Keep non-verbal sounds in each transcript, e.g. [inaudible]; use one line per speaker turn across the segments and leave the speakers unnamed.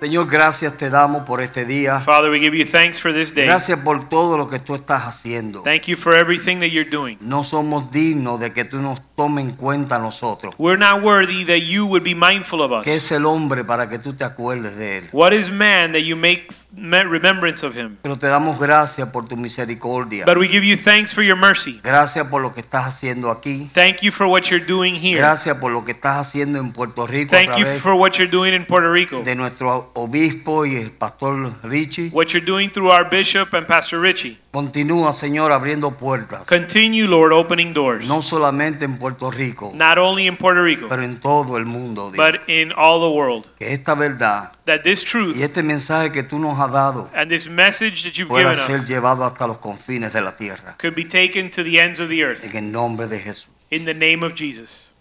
Señor, gracias te damos por este día.
Father, we give you thanks for this day.
Gracias por todo lo que tú estás haciendo.
Thank you for everything that you're doing.
No somos dignos de que tú nos tomes en cuenta a nosotros.
We're not worthy that you would be mindful of
¿Qué
us.
es el hombre para que tú te acuerdes de él?
What is man that you make me- remembrance of him?
Pero te damos gracias por tu misericordia.
But we give you thanks for your mercy.
Gracias por lo que estás haciendo aquí.
Thank you for what you're doing here.
Gracias por lo que estás haciendo en Puerto Rico a
Thank you
través
for what you're doing in Puerto Rico.
de nuestro obispo y el pastor Richie.
What you're doing through our bishop and Pastor Richie.
Continúa, Señor, abriendo puertas.
Continue, Lord, opening doors.
No solamente en Puerto Rico,
Not only in Puerto Rico,
pero en todo el mundo. Dios.
but in all the world.
Que esta verdad
That this
Y
truth
este mensaje que tú nos has dado
and this message that you've
pueda
given
ser
us
llevado hasta los confines de la tierra.
could be taken to the ends of the earth.
En el nombre de Jesús.
In the name of Jesus.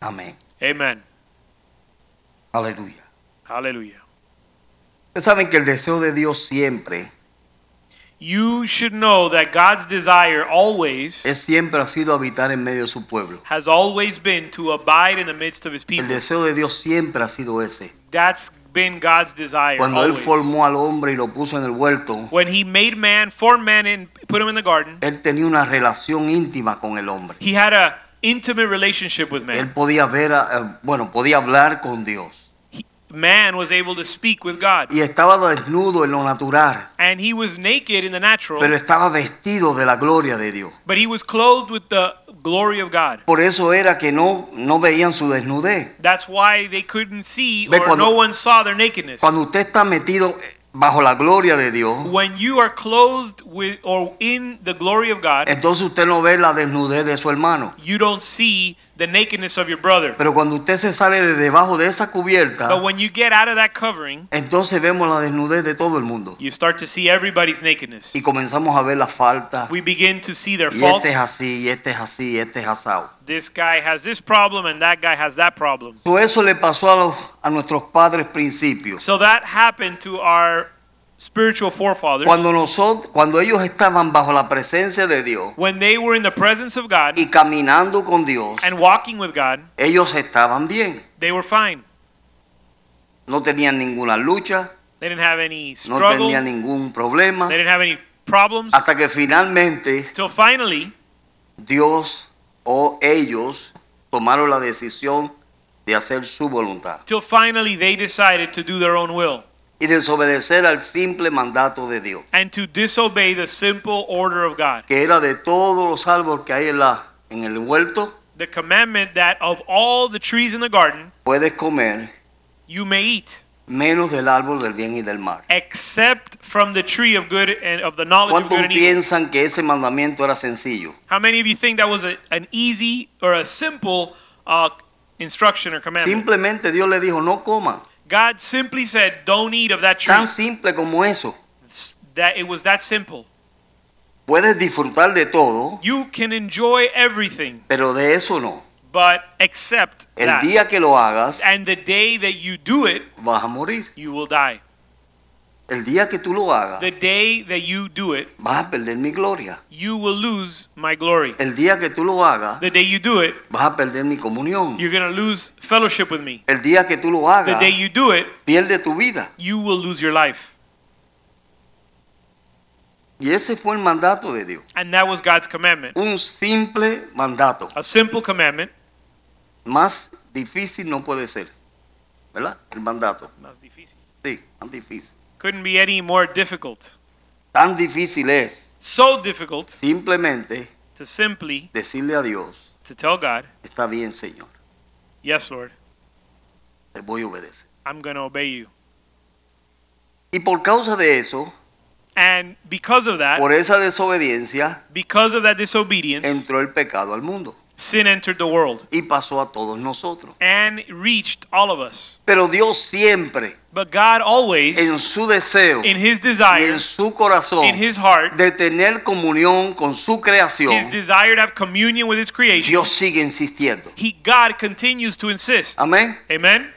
Amén.
Amen.
Aleluya.
Hallelujah.
Ustedes saben que el deseo de Dios siempre,
You should know that God's desire always
es siempre ha sido habitar en medio de su pueblo.
has always been to abide in the midst of his
El
people.
deseo de Dios siempre ha sido ese.
That's been God's desire
Cuando Él
always.
formó al hombre y lo puso en el huerto,
When he made man, formed man and put him in the garden,
Él tenía una relación íntima con el hombre.
he had a intimate relationship with
Él
man.
podía ver, a- eh, bueno, podía hablar con Dios.
Man was able to speak with God.
Y estaba desnudo en lo natural,
And he was naked in the natural,
pero estaba vestido de la gloria de Dios.
but he was clothed with the glory of God.
Por eso era que no, no veían su desnudez.
That's why they couldn't see
Ve,
or
cuando-
no one saw their nakedness.
Cuando usted está metido bajo la gloria de Dios,
When you are clothed with or in the glory of God,
entonces usted no ve la desnudez de su hermano.
you don't see the nakedness of your brother.
Pero cuando usted se sale de debajo de esa
But
cubierta,
when you get out of that covering,
entonces vemos la desnudez de todo el mundo.
you start to see everybody's nakedness.
Y comenzamos a ver las faltas.
We begin to see their
Y este
faults.
es así, y este es así, y este es asado.
This guy has this problem and that guy has that problem.
Todo eso le pasó a, los, a nuestros padres principios.
So that happened to our spiritual forefathers
Cuando, nosotros, cuando ellos estaban bajo la presencia de Dios
when they were in the presence of God
y caminando con Dios,
and walking with God,
ellos estaban bien.
they were fine.
No tenían ninguna lucha,
They didn't have any
no
struggle.
tenían
They
ningún problema.
didn't have any problems.
Hasta que finalmente
Till finally,
Dios o ellos tomaron la decisión de hacer su voluntad
till finally they decided to do their own will
y desobedecer al simple mandato de Dios,
and to disobey the simple order of God.
que era de todos los árboles que hay en, la, en el huerto,
the commandment that of all the trees in the garden
puedes comer
you may eat
menos del árbol del bien y del mal.
except from the tree of good and of the knowledge of
¿Cuántos
good and evil.
piensan que ese mandamiento era sencillo?
How many of you think that was a, an easy or a simple uh, instruction or commandment?
Simplemente Dios le dijo, no coman.
God simply said, "Don't eat of that tree."
Tan simple como eso.
S- That it was that simple.
Puedes disfrutar de todo,
You can enjoy everything,
pero de eso no.
but except
El
that.
día que lo hagas,
And the day that you do it,
vas a morir.
you will die.
El día que tú lo hagas,
The day that you do it,
vas a perder mi gloria.
you will lose my glory.
El día que tú lo hagas,
The day you do it,
vas a perder mi comunión.
you're going to lose fellowship with me.
El día que tú lo
The
hagas,
day you do it,
pierde tu vida.
you will lose your life.
Y ese fue el mandato de Dios.
And that was God's commandment.
Un simple mandato.
A simple commandment.
Más difícil no puede ser. ¿Verdad? El mandato. Sí, tan difícil.
Couldn't be any more difficult.
Tan difícil es
So difficult
simplemente
to simply
decirle a Dios,
to tell God,
está bien Señor,
"Yes, Lord,
te voy a obedecer.
I'm going to obey you."
Y por causa de eso,
And because of that,
por esa desobediencia,
because of that disobedience,
entró el pecado al mundo.
Sin entered the world
y pasó a todos nosotros.
and reached all of us.
Pero Dios siempre,
But God always,
en su deseo
in His
y
desire,
en su corazón,
in His heart,
de tener comunión con su creación,
His desire to have communion with His creation,
Dios Ah. sigue insistiendo.
He God continues to insist.
Amén.
Amen.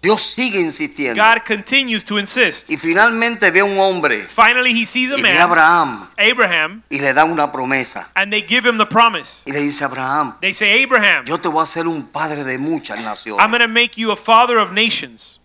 Dios sigue insistiendo.
God continues to insist.
Y finalmente ve a un hombre
Finally, He sees a
y ve a
man,
Abraham
Abraham,
y le da una promesa.
and they give him the promise.
Y le dice Abraham,
They say, Abraham,
yo te voy a hacer un padre de muchas naciones.
I'm going to make you a father of nations.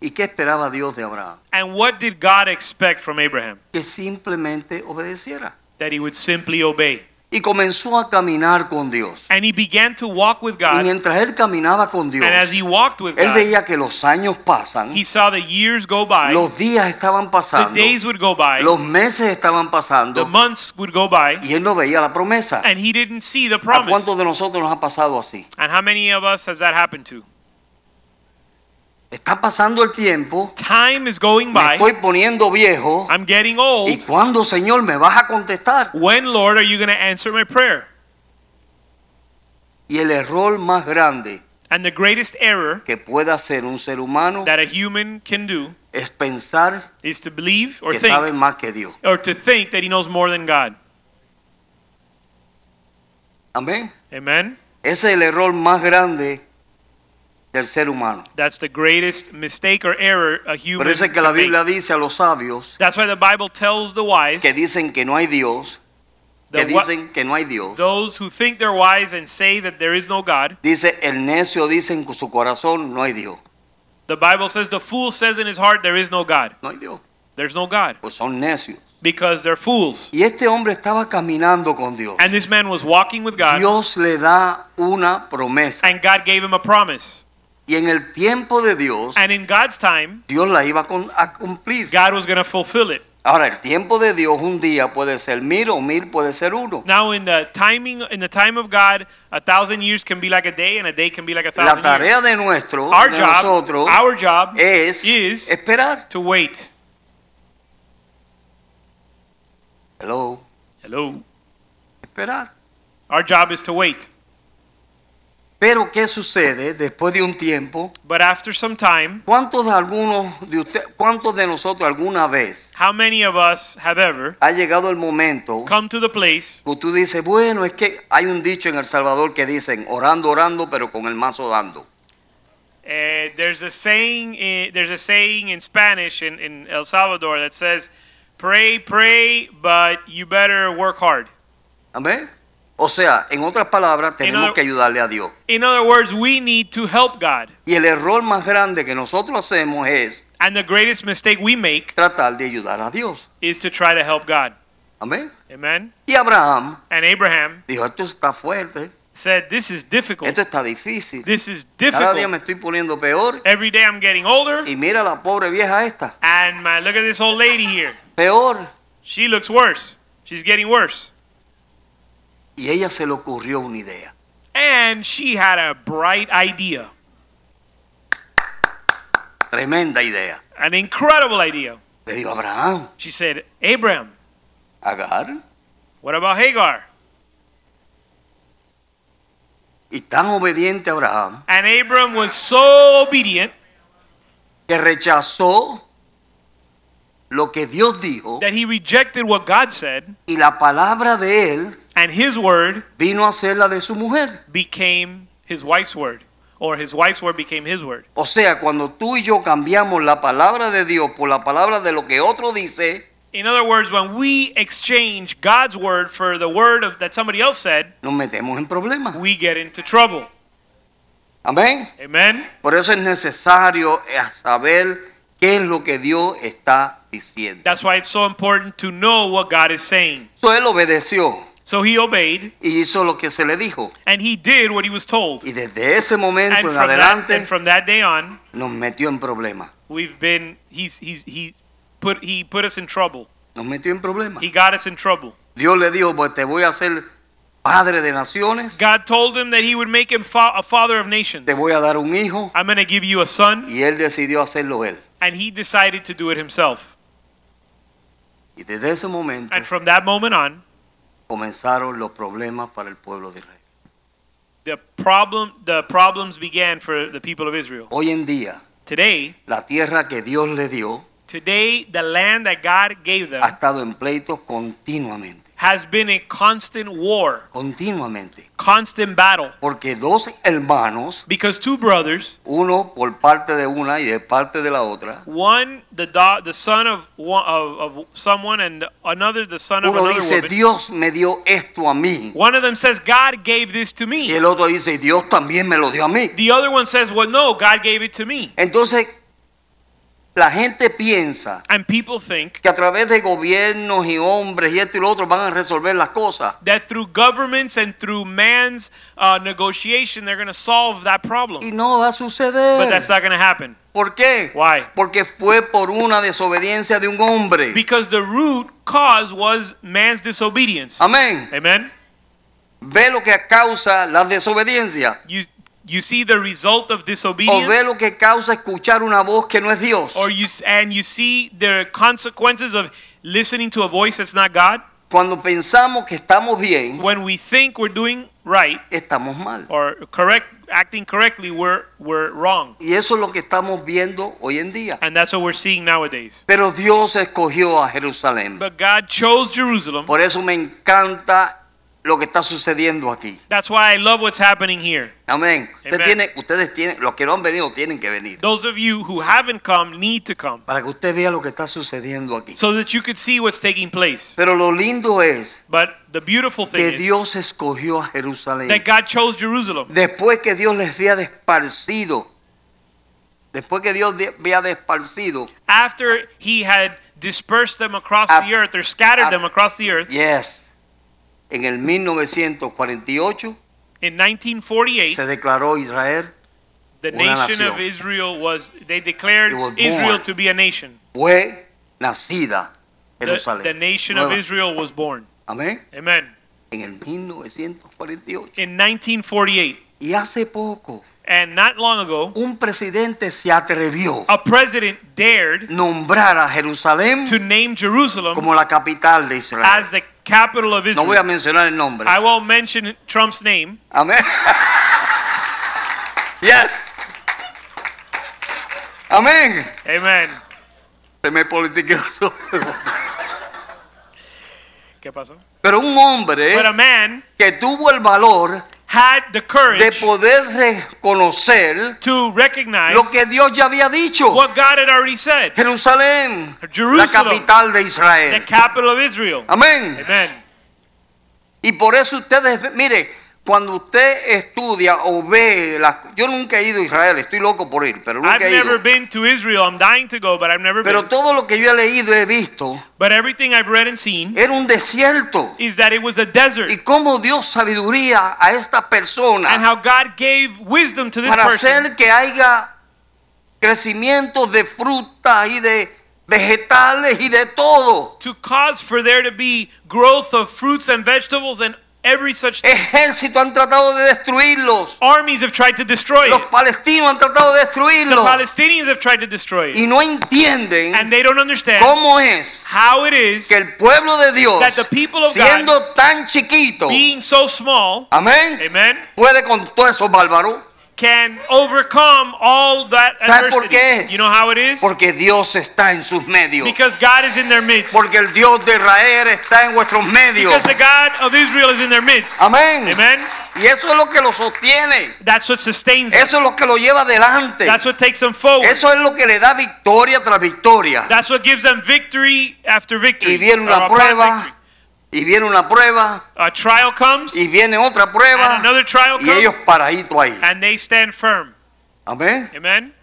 ¿Y qué esperaba Dios de Abraham?
And what did God expect from Abraham?
Que simplemente obedeciera.
That he would simply obey.
Y comenzó a caminar con Dios.
And he began to walk with
Y
God.
mientras él caminaba con Dios,
And as he walked with
él
God,
veía que los años pasan,
he saw the years go by,
los días estaban
the
pasando,
days would go by,
los meses estaban
the
pasando,
months would go by,
y él no veía la promesa.
and he didn't see the
¿A
promise.
cuántos de nosotros nos ha pasado así?
And how many of us has that happened to?
Está pasando el tiempo,
Time is going
me
by.
estoy poniendo viejo,
I'm getting
¿y
old.
cuándo, Señor, me vas a contestar?
When, Lord, are you going to answer my prayer?
Y el error más grande
And the greatest error
que puede hacer un ser humano
that a human can do
es pensar
is to believe or
que sabe
think
más que Dios.
or to think that he knows more than God.
Amén.
Amen.
Ese es el error más grande del ser humano.
That's the greatest mistake or error a
Por
human
eso es que
can
la
make.
Biblia dice a los sabios
That's why the Bible tells the wise,
que dicen que no hay Dios, que
the wi-
dicen que no hay Dios.
those who think they're wise and say that there is no God,
Dice, el necio dice en su corazón, no hay Dios.
the Bible says the fool says in his heart there is no God.
No hay Dios.
There's no God
Pues son necios.
because they're fools.
Y este hombre estaba caminando con Dios.
And this man was walking with God
Dios le da una promesa.
and God gave him a promise.
Y en el tiempo de Dios,
And in God's time,
Dios la iba a con- a cumplir.
God was going to fulfill it.
Ahora, el tiempo de Dios un día puede ser mil o mil puede ser uno.
Now in the timing in the time of God, a thousand years can be like a day and a day can be like a
La
thousand years.
tarea de nuestro,
Our
de
job,
nosotros,
our job
es
is
esperar.
to wait.
Hello,
Hello.
esperar.
Our job is to wait.
Pero ¿qué sucede después de un tiempo?
But after some time,
¿Cuántos de algunos de usted, cuántos de nosotros alguna vez
how many of us have ever
ha llegado el momento
come to the place
que tú dices, bueno, es que hay un dicho en El Salvador que dicen, orando, orando, pero con el mazo dando.
Uh, there's a saying. In, there's a saying in Spanish in, in El Salvador that says, "Pray, pray, but you better work hard."
Amén. O sea, en otras palabras, tenemos
other-
que ayudarle a Dios.
In other words, we need to help God.
Y el error más grande que nosotros hacemos es
And the greatest mistake we make
tratar de ayudar a Dios.
is to try to help God.
Amén.
Amen.
Y Abraham
And Abraham
dijo, esto está fuerte,
said, "This is difficult.
esto está difícil.
This is
Cada día me
difficult.
estoy poniendo peor.
Every day I'm getting older,
Y mira la pobre vieja esta,
and my, look at this old lady here.
peor.
She looks worse. She's getting worse."
Y ella se le ocurrió una idea.
And she had a bright idea,
Tremenda idea.
an incredible idea.
Le digo, Abraham,
She said, "Abraham."
Agar.
What about Hagar?
Y tan obediente Abraham
And Abram was so obedient
que rechazó lo que Dios dijo
that he rejected what God said,
y la palabra de él
and his word
vino a ser la de su mujer.
became his wife's word, or his wife's word became his word.
O sea, cuando tú y yo cambiamos la palabra de Dios por la palabra de lo que otro dice,
In other words, when we exchange God's word for the word of, that somebody else said,
nos metemos en problemas.
we get into trouble.
Amén.
Amen.
Por eso es necesario eh, saber qué es lo que Dios está diciendo.
That's why it's so important to know what God is saying.
So, él obedeció
So he obeyed
y hizo lo que se le dijo.
and he did what he was told.
Y desde ese momento
And
en
from that,
adelante
and from that day on,
nos metió en problemas.
we've been he's he's he's put he put us in trouble.
Nos metió en problemas.
He got us in trouble.
Dios le dijo, pues te voy a hacer padre de naciones,
God told him that he would make him fa- a father of nations.
te voy a dar un hijo.
I'm going to give you a son,
Y él decidió hacerlo él.
and he decided to do it himself.
Y desde ese momento
And from that moment on,
comenzaron los problemas para el pueblo de Israel.
The problem the problems began for the people of Israel.
Hoy en día,
Today,
la tierra que Dios le dio
today the land that God gave them
ha estado en pleitos continuamente,
has been in constant war,
continuamente,
constant battle
porque dos hermanos,
because two brothers,
uno por parte de una y de parte de la otra,
one the da- the son of one, of, of someone and another the son of
uno
another
dice,
woman.
Dios me dio esto a mí,
One of them says God gave this to
y
me.
el otro dice, Dios también me lo dio a mí.
The other one says, "Well, no, God gave it to me."
Entonces, la gente piensa
And people think
que a través de gobiernos y hombres y esto y lo otro van a resolver las cosas.
that through governments and through man's uh, negotiation, they're going to solve that
Y
problem.
no va a
But that's
suceder.
not going to happen.
¿Por qué?
Pues Why?
Porque fue por una desobediencia de un hombre.
Because the root cause was man's disobedience.
Amén.
Amen?
Ve lo que causa la desobediencia.
You, you see the result of
O ve
disobedience,
lo que causa escuchar una voz que no es Dios.
or you, s- and you see the consequences of listening to a voice that's not God.
Cuando pensamos que estamos bien,
When we think we're doing right
estamos mal.
or correct, acting correctly, we're, we're wrong.
Y eso es lo que estamos viendo hoy en día.
And that's what we're seeing nowadays.
Pero Dios escogió a Jerusalén.
But God chose Jerusalem.
Por eso me encanta lo que está sucediendo aquí.
That's why I love what's happening here.
Amén. Usted
Amen.
tiene- ustedes tienen, los que no han venido tienen que venir.
Those of you who haven't come need to come
Para que usted vea lo que está sucediendo aquí.
so that you could see what's taking place.
Pero lo lindo es
But the beautiful
que
thing is
Dios escogió a Jerusalén.
that God chose Jerusalem.
Después que Dios les había desparcido. Después que Dios de- había desparcido.
After he had dispersed them across
Ab-
the earth or scattered
ab-
them across the earth,
Yes. En el 1948
in 1948,
se declaró Israel
the
una
nation of
nación.
Israel was, they declared
It was born.
Israel to be a nation.
fue nacida
The,
Jerusalén.
the nation
Nueva.
of Israel was born.
Amén.
Amen.
En el 1948.
In 1948,
Y hace poco
and not long ago,
un presidente se atrevió
a president dared
nombrar a Jerusalén
to name Jerusalem
como la capital de Israel.
as the capital of
No voy a
Israel.
mencionar el nombre.
I won't mention Trump's name.
Amén. [laughs] Yes. Amén.
Amen.
Se me politiqueó. [laughs] todo.
¿Qué pasó?
Pero un hombre
But a man
que tuvo el valor
had the
de
courage
poder reconocer
to recognize
lo que Dios ya había dicho.
what God had already said.
Jerusalén, la
Jerusalem,
capital de
the
Israel.
capital of Israel.
Amén.
Amen.
Y por eso ustedes, mire, cuando usted estudia o ve, las, yo nunca he ido a Israel, estoy loco por ir, pero
I've
nunca he
never
ido.
been to Israel. I'm dying to go, but I've never
Pero
been.
todo lo que yo he leído, he visto,
But everything I've read and seen
era un desierto.
is that it was a desert
Y cómo Dios sabiduría a esta
and
persona
how God gave wisdom to this
para
person
hacer que haya crecimiento de frutas y de vegetales y de todo.
to cause for there to be growth of fruits and vegetables and every such
Eh.
thing.
Ejércitos han tratado de destruirlos.
Armies have tried to destroy
Los
it.
palestinos han tratado de
The
destruirlos.
Palestinians have tried to destroy it.
Y no entienden
And they don't understand
cómo es
how it is
que el pueblo de Dios,
That the people of
siendo tan chiquito,
being so small,
amén,
amen,
puede con todos esos bárbaros,
can overcome all that
¿Sabe por qué es?
adversity. You know how it is?
porque Dios está en sus medios,
Because God is in their midst.
porque el Dios de Israel está en vuestros medios,
Because the God of Israel is in their midst.
amén.
Amen.
Y eso es lo que lo sostiene,
That's what sustains them.
eso es lo que lo lleva adelante,
That's what takes them forward.
eso es lo que le da victoria tras victoria.
That's what gives them victory after victory.
Y viene
or
una
upon victory.
prueba, y viene una prueba,
A trial comes,
y viene otra prueba,
and another trial
y ellos
comes,
paradito ahí,
and they stand firm.
amén.
Amen.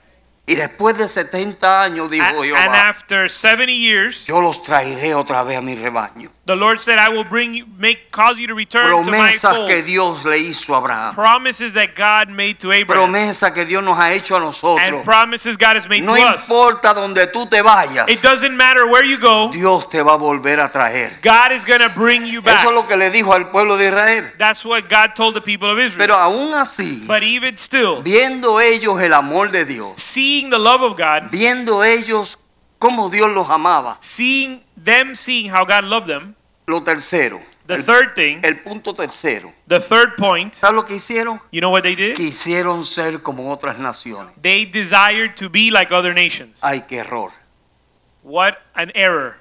Y después de 70 años
A-
dijo
and
Jehová.
after 70 years,
Yo los traeré otra vez a mi rebaño.
the Lord said, I will bring you, make, cause you to return to my
Promesas
fold.
que Dios le hizo a Abraham.
promises that God made to Abraham
Promesas que Dios nos ha hecho a
and
nosotros.
promises God has made
No
to us.
importa donde tú te vayas,
It doesn't matter where you go,
Dios te va a volver a traer.
God is going to bring you
Eso es
back.
lo que le dijo al pueblo de Israel.
That's what God told the people of
Pero
Israel.
aún así,
Mm. But even still,
viendo ellos el amor de Dios,
seeing the love of God,
viendo ellos cómo Dios los amaba.
seeing them seeing how God loved them,
Lo tercero,
the The third thing,
El punto tercero.
the third point,
¿Sabes lo que hicieron?
you know what they did?
Quisieron ser como otras naciones.
They desired to be like other nations.
Ay, qué error.
What an error.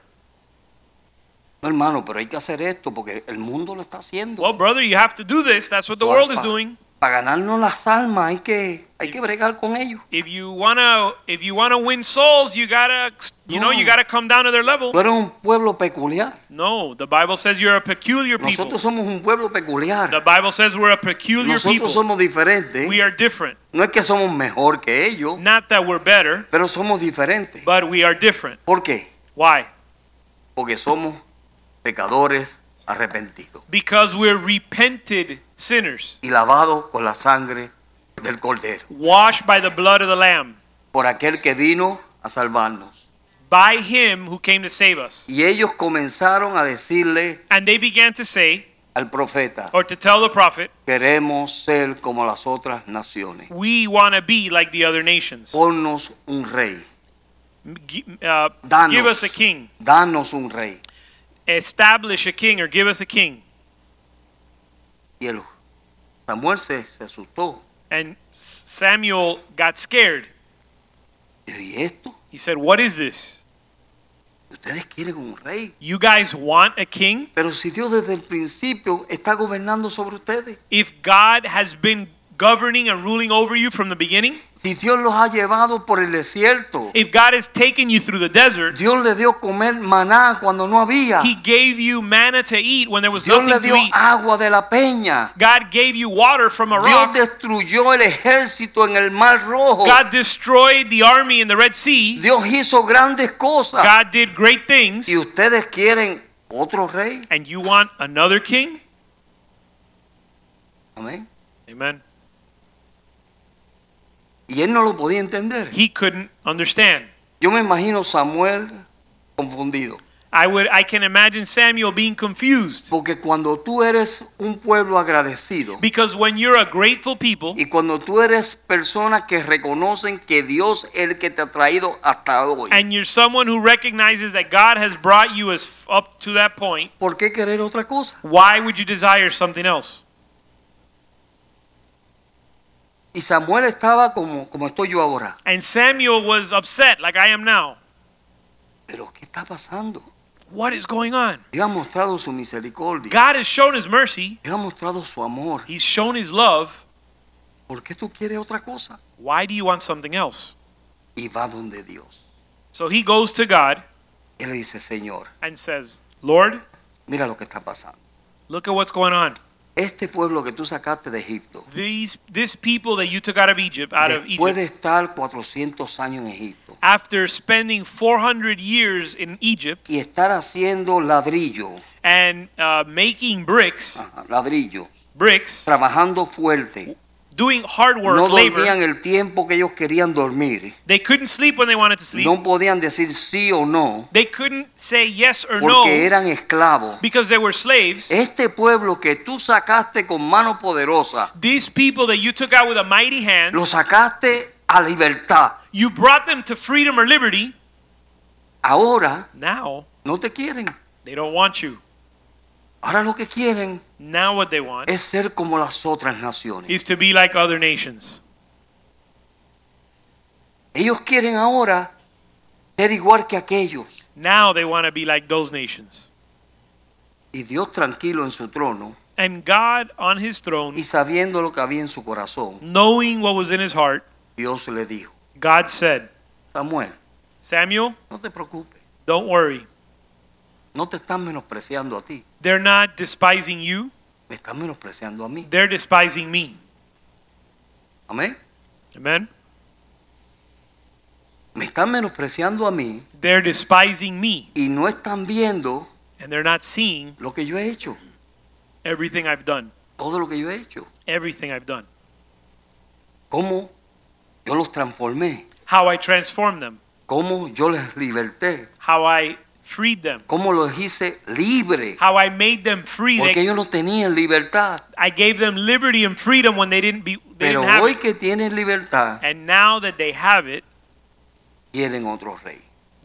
No, hermano, pero hay que hacer esto porque el mundo lo está haciendo.
Well, brother, you have to do this. That's what the world is doing.
Para ganarnos las almas hay que, hay que bregar con ellos.
If you wanna, if you wanna win souls, you gotta, you know, you gotta come down to their level.
Tú eres un pueblo peculiar.
No, the Bible says you're a peculiar people.
Nosotros somos un pueblo peculiar.
The Bible says we're a peculiar people.
Nosotros somos diferentes.
We are different.
No es que somos mejor que ellos,
Not that we're better,
pero somos diferentes.
but we are different.
¿Por qué?
Why?
Porque somos pecadores arrepentidos
Because we're repented sinners,
y lavados con la sangre del cordero,
washed by the blood of the Lamb,
por aquel que vino a salvarnos.
by Him who came to save us.
Y ellos comenzaron a decirle
And they began to say,
al profeta,
or to tell the prophet,
queremos ser como las otras naciones.
we want to be like the other nations.
Ponnos un rey,
G- uh,
Danos.
give us a king.
danos un rey.
Establish a king or give us a king.
Y el- Samuel se, se asustó.
And S- Samuel got scared.
Dijo, ¿Y esto?
He said, What is this?
¿Ustedes quieren un rey?
You guys want a king?
Pero si Dios desde el principio está gobernando sobre ustedes,
If God has been governing and ruling over you from the beginning,
si Dios los ha llevado por el desierto,
if God has taken you through the desert,
Dios le dio comer maná cuando no había,
He gave you manna to eat when there was
Dios le
nothing
dio
to eat.
agua de la peña,
God gave you water from a
Dios
rock.
destruyó el ejército en el Mar Rojo,
God destroyed the army in the Red Sea.
Dios hizo grandes cosas.
God did great things.
¿Y ustedes quieren otro rey?
And you want another king?
Amén.
Amen.
Y él no lo podía entender.
He couldn't understand.
Yo me imagino Samuel confundido.
I would I can imagine Samuel being confused
Porque cuando tú eres un pueblo agradecido
because when you're a grateful people
y cuando tú eres personas que reconocen que Dios es el que te ha traído hasta hoy,
and you're someone who recognizes that God has brought you as up to that point,
¿por qué querer otra cosa?
why would you desire something else?
Y Samuel estaba como, como estoy yo ahora.
And Samuel was upset like I am now.
Pero ¿qué está pasando?
What is going on?
Dios ha mostrado su misericordia.
God has shown his mercy,
Dios ha mostrado su amor.
he's shown his love.
¿Por qué tú quieres otra cosa?
Why do you want something else?
Y va donde Dios.
So he goes to God
Él le dice, Señor,
and says, "Lord,
mira lo que está pasando.
look at what's going on.
Este pueblo que tú sacaste de Egipto,
These this people that you took out of Egypt, out of
después
Egypt,
de estar 400 años en Egipto
after spending 400 years in Egypt
y estar haciendo ladrillo,
and uh, making bricks,
ajá, ladrillo,
bricks,
trabajando fuerte,
doing hard work,
no
labor,
dormían el tiempo que ellos querían dormir,
they couldn't sleep when they wanted to sleep.
no podían decir sí o no
They couldn't say yes or
porque Eh.
no
eran esclavos.
because they were slaves.
Este pueblo que tú sacaste con mano poderosa,
These people that you took out with a mighty hand,
lo sacaste a libertad.
you brought them to freedom or liberty.
Ahora
Now
no te quieren.
they don't want you.
Ahora lo que quieren
Now what they want
es ser como las otras naciones.
is to be like other nations.
Ellos quieren ahora ser igual que aquellos.
Now they want to be like those nations.
Y Dios tranquilo en su trono
And God on his throne,
y sabiendo lo que había en su corazón,
knowing what was in his heart,
Dios le dijo,
God said,
Samuel,
Samuel,
no te preocupes,
don't worry.
no te están menospreciando a ti,
They're not despising you,
me están menospreciando a mí.
they're despising me.
Amén.
Amen?
Me están menospreciando a mí
They're despising me,
y no están viendo
and they're not seeing
lo que yo he hecho,
everything I've done.
todo lo que yo he hecho.
Everything I've done.
cómo yo los transformé,
How I transformed them,
cómo yo les liberté,
how I freed them,
cómo los hice libre,
how I made them free. They-
porque ellos no tenían libertad.
I gave them liberty and freedom when they didn't be they
Pero
didn't have
hoy
it.
que tienen libertad,
And now that they have it,
quieren otro rey.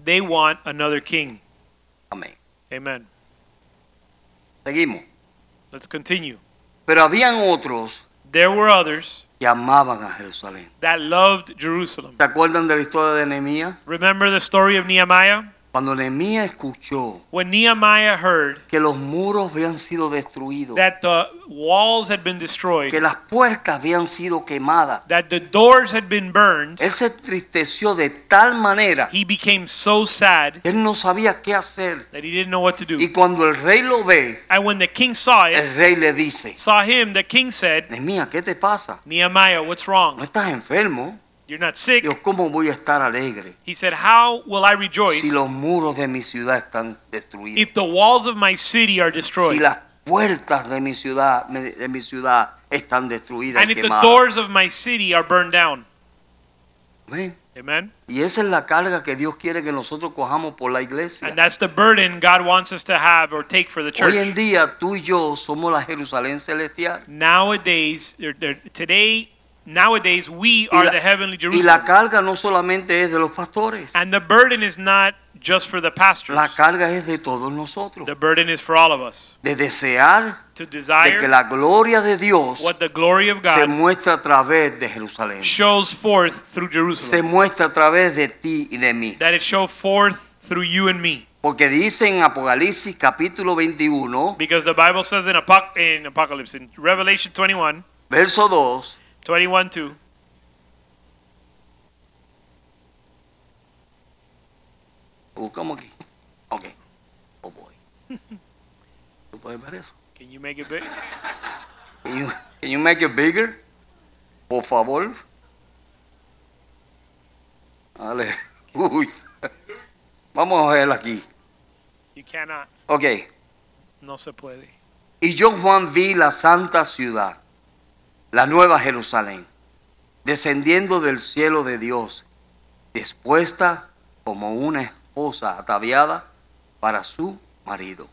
they want another king.
Amén.
Amen.
Seguimos.
Let's continue.
Pero habían otros
There were others
que amaban a Jerusalén.
that loved Jerusalem.
¿Se acuerdan de la historia de Nehemías?
Remember the story of Nehemiah?
Cuando Nehemías escuchó
When Nehemiah heard
que los muros habían sido destruidos,
that the walls had been destroyed,
que las puertas habían sido quemadas,
that the doors had been burned,
él se entristeció de tal manera
he became so sad
que él no sabía qué hacer.
that he didn't know what to do.
Y cuando el rey lo ve,
And when the king saw it,
el rey le dice,
saw him, the king said,
Nehemías, ¿qué te pasa?
Nehemiah, what's
¿No
wrong?
estás enfermo?
You're not sick.
Yo, ¿cómo voy a estar alegre
He said, How will I rejoice
si los muros de mi ciudad están destruidos?
if the walls of my city are
Si
destroyed
las puertas de mi ciudad, de mi ciudad están destruidas
and
y
if the
quemadas.
doors of my city are burned down?
¿Ven?
Amen.
Y esa es la carga que Dios quiere que nosotros cojamos por la iglesia.
And that's the burden God wants us to have or take for the
Hoy en
church.
día tú y yo somos la Jerusalén celestial.
Nowadays, there- there- today, nowadays, we
Y
are
la-
the heavenly
Y la
Jerusalem.
carga no solamente es de los pastores,
And the burden is not just for the pastors.
la carga es de todos nosotros.
The burden is for all of us
De desear
to
de que
desire
la gloria de Dios
what the glory of
se
God
muestra a través de Jerusalén.
shows forth through
Se
Jerusalem.
muestra a través de ti y de mí.
That it show forth through you and me.
Porque dice en Apocalipsis capítulo 21,
Because the Bible says in, Apoc- in Apocalypse, in Revelation 21,
verso 2,
21 2,
lo buscamos aquí. Uh, Ok. Oh boy. ¿Tú puedes ver eso?
can you make it big?
Can you, can you make it bigger? Por favor. Dale. Uy. Vamos a ver aquí.
You cannot.
Ok.
No se puede.
Y yo Juan vi la santa ciudad, la nueva Jerusalén, descendiendo del cielo de Dios, dispuesta como una esposa ataviada para su marido.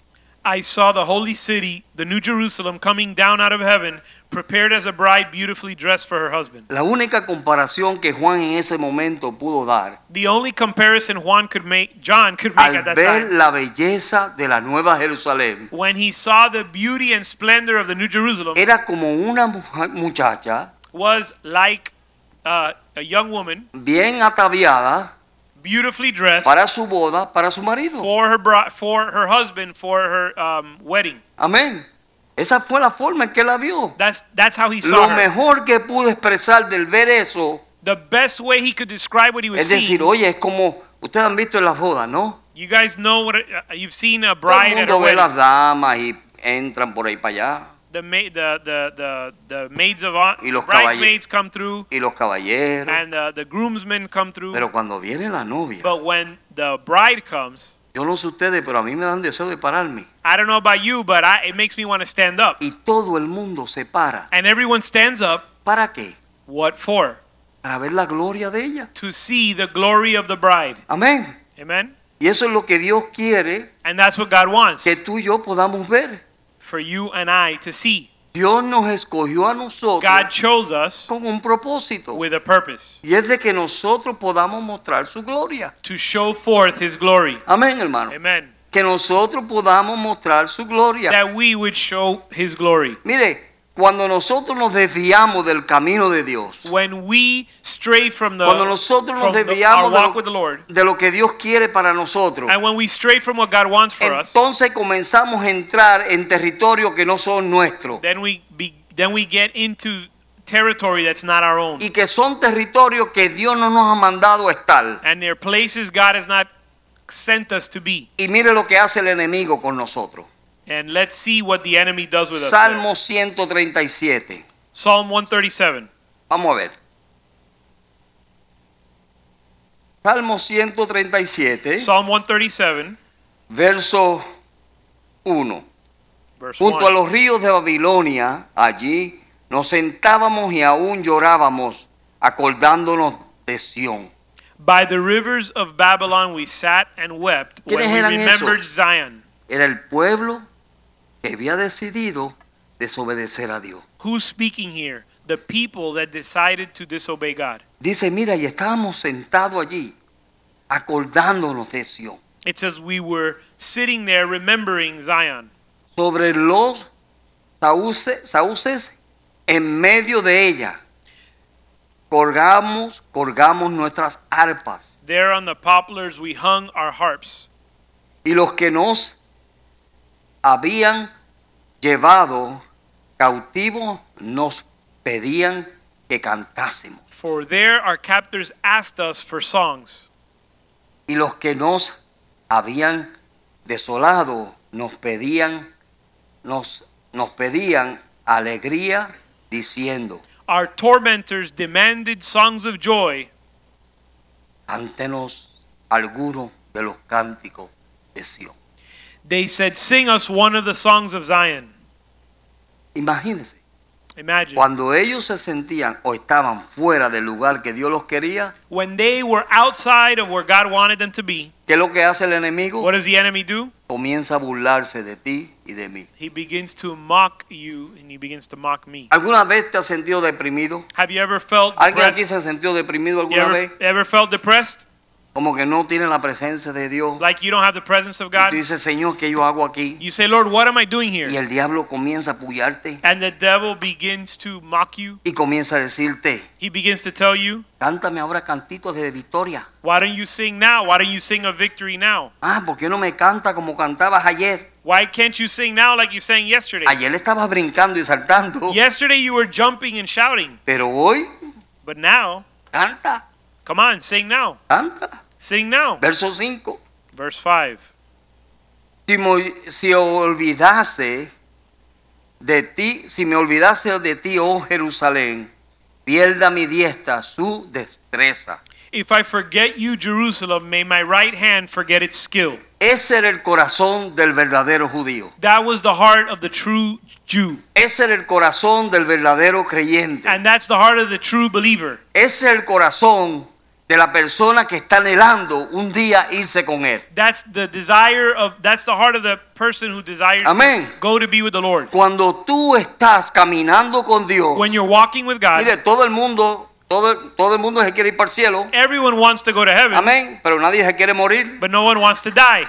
I saw the holy city, the new Jerusalem, coming down out of heaven, prepared as a bride beautifully dressed for her husband.
La única comparación que Juan en ese momento pudo dar
The only comparison Juan could make, John could
al
make at that
ver
time,
la belleza de la nueva Jerusalén
when he saw the beauty and splendor of the new Jerusalem,
era como una muja- muchacha
was like uh, a young woman,
bien ataviada
beautifully dressed
para su boda, para su marido.
for her bri- for her husband for her um, wedding.
Amén. Esa fue la forma en que la vio.
That's that's how he
Lo
saw her.
mejor que pude expresar del ver eso
The best way he could describe what he was
es decir,
seeing.
oye, es como ustedes han visto en las bodas, ¿no?
You guys know what it- uh, you've seen a
Todo el
bride at her
mundo ve
wedding.
las damas y entran por ahí para allá
the ma- the the the the maids of hon-
Y los
bridesmaids come through
y los caballeros,
and uh, the groomsmen come through.
pero cuando viene la novia,
but when the bride comes,
yo no sé ustedes, pero a mí me dan deseo de pararme
I don't know about you, but I, it makes me want to stand up.
y todo el mundo se para.
And everyone stands up.
¿Para qué?
What for?
Para ver la gloria de ella.
To see the glory of the bride.
Amén.
Amen.
Y eso es lo que Dios quiere
And that's what God wants
que tú y yo podamos ver.
for you and I to see.
Dios nos escogió a nosotros
God chose us
con un propósito
with a purpose
y es de que nosotros podamos mostrar su gloria.
to show forth His glory.
Amén, hermano.
Amen.
Que nosotros podamos mostrar su gloria.
That we would show His glory.
Mire, cuando nosotros nos desviamos del camino de Dios,
When we stray from the
Cuando nosotros nos
from the-
desviamos
our
de lo-
walk with the Lord,
de lo que Dios quiere para nosotros,
and when we stray from what God wants for us,
entonces comenzamos a entrar en territorios que no son nuestros
then we be, then we get into territory that's not our own,
y que son territorios que Dios no nos ha mandado a estar.
and there are places God has not sent us to be.
Y mire lo que hace el enemigo con nosotros.
And let's see what the enemy does with us. there.
Salmo 137.
Psalm 137.
Vamos a ver. Salmo 137,
Psalm 137,
verso 1.
verse
Junto a
1.
los ríos de Babilonia, allí nos sentábamos y aún llorábamos, acordándonos de Sión.
By the rivers of Babylon we sat and wept when
¿Quiénes
we
eran esos?
remembered Zion,
Era el pueblo que había decidido desobedecer a Dios.
Who's speaking here? The people that decided to disobey God.
Dice, mira, y estábamos sentados allí, acordándonos de Sión.
It says we were sitting there remembering Zion.
Sobre los saúces, saúces en medio de ella. Colgamos, colgamos nuestras arpas.
There on the poplars we hung our harps.
Y los que nos habían llevado cautivos nos pedían que cantásemos.
For there our captors asked us for songs.
Y los que nos habían desolado nos pedían, nos, nos pedían alegría diciendo,
Our tormentors demanded songs of joy.
cántenos algunos de los cánticos de Sión.
They said, Sing us one of the songs of Zion.
Imagínense,
Imagine.
cuando ellos se sentían o estaban fuera del lugar que Dios los quería,
When they were outside of where God wanted them to be,
¿qué es lo que hace el enemigo?
what does the enemy do?
Comienza a burlarse de ti y de mí.
He begins to mock you and he begins to mock me.
¿Alguna vez te has sentido deprimido?
Have you ever felt
¿Alguien aquí
depressed?
se ha sentido deprimido
You
alguna vez?
ever, ever felt depressed?
Como que no tiene la presencia de Dios.
Like you don't have the presence of
Y
God?
tú dices, Señor, ¿qué yo hago aquí?
You say, Lord, what am I doing here?
Y el diablo comienza a apoyarte
And the devil begins to mock you.
y comienza a decirte,
He begins to tell you,
cántame ahora cantitos de victoria.
Why don't you sing now? Why don't you sing a victory now?
Ah, ¿por qué no me canta como cantabas ayer?
Why can't you sing now like you sang yesterday?
Ayer estabas brincando y saltando,
Yesterday you were jumping and shouting,
pero hoy
but now,
canta,
come on, sing now.
canta.
Sing now.
Verso 5.
Verse 5.
Si me, si olvidase de ti, si me olvidase de ti, oh Jerusalén, pierda mi diestra su destreza.
If I forget you, Jerusalem, may my right hand forget its skill.
Ese era el corazón del verdadero judío.
That was the heart of the true Jew.
Ese era el corazón del verdadero creyente.
And that's the heart of the true believer.
Ese es el corazón de la persona que está anhelando un día irse con él.
That's the desire of that's the heart of the person who desires
Amén.
to go to be with the Lord.
Cuando tú estás caminando con Dios,
When you're walking with God,
mire, todo el mundo, todo, todo el mundo se quiere ir para el cielo.
everyone wants to go to heaven,
Amén. Pero nadie se quiere morir.
but no one wants to die.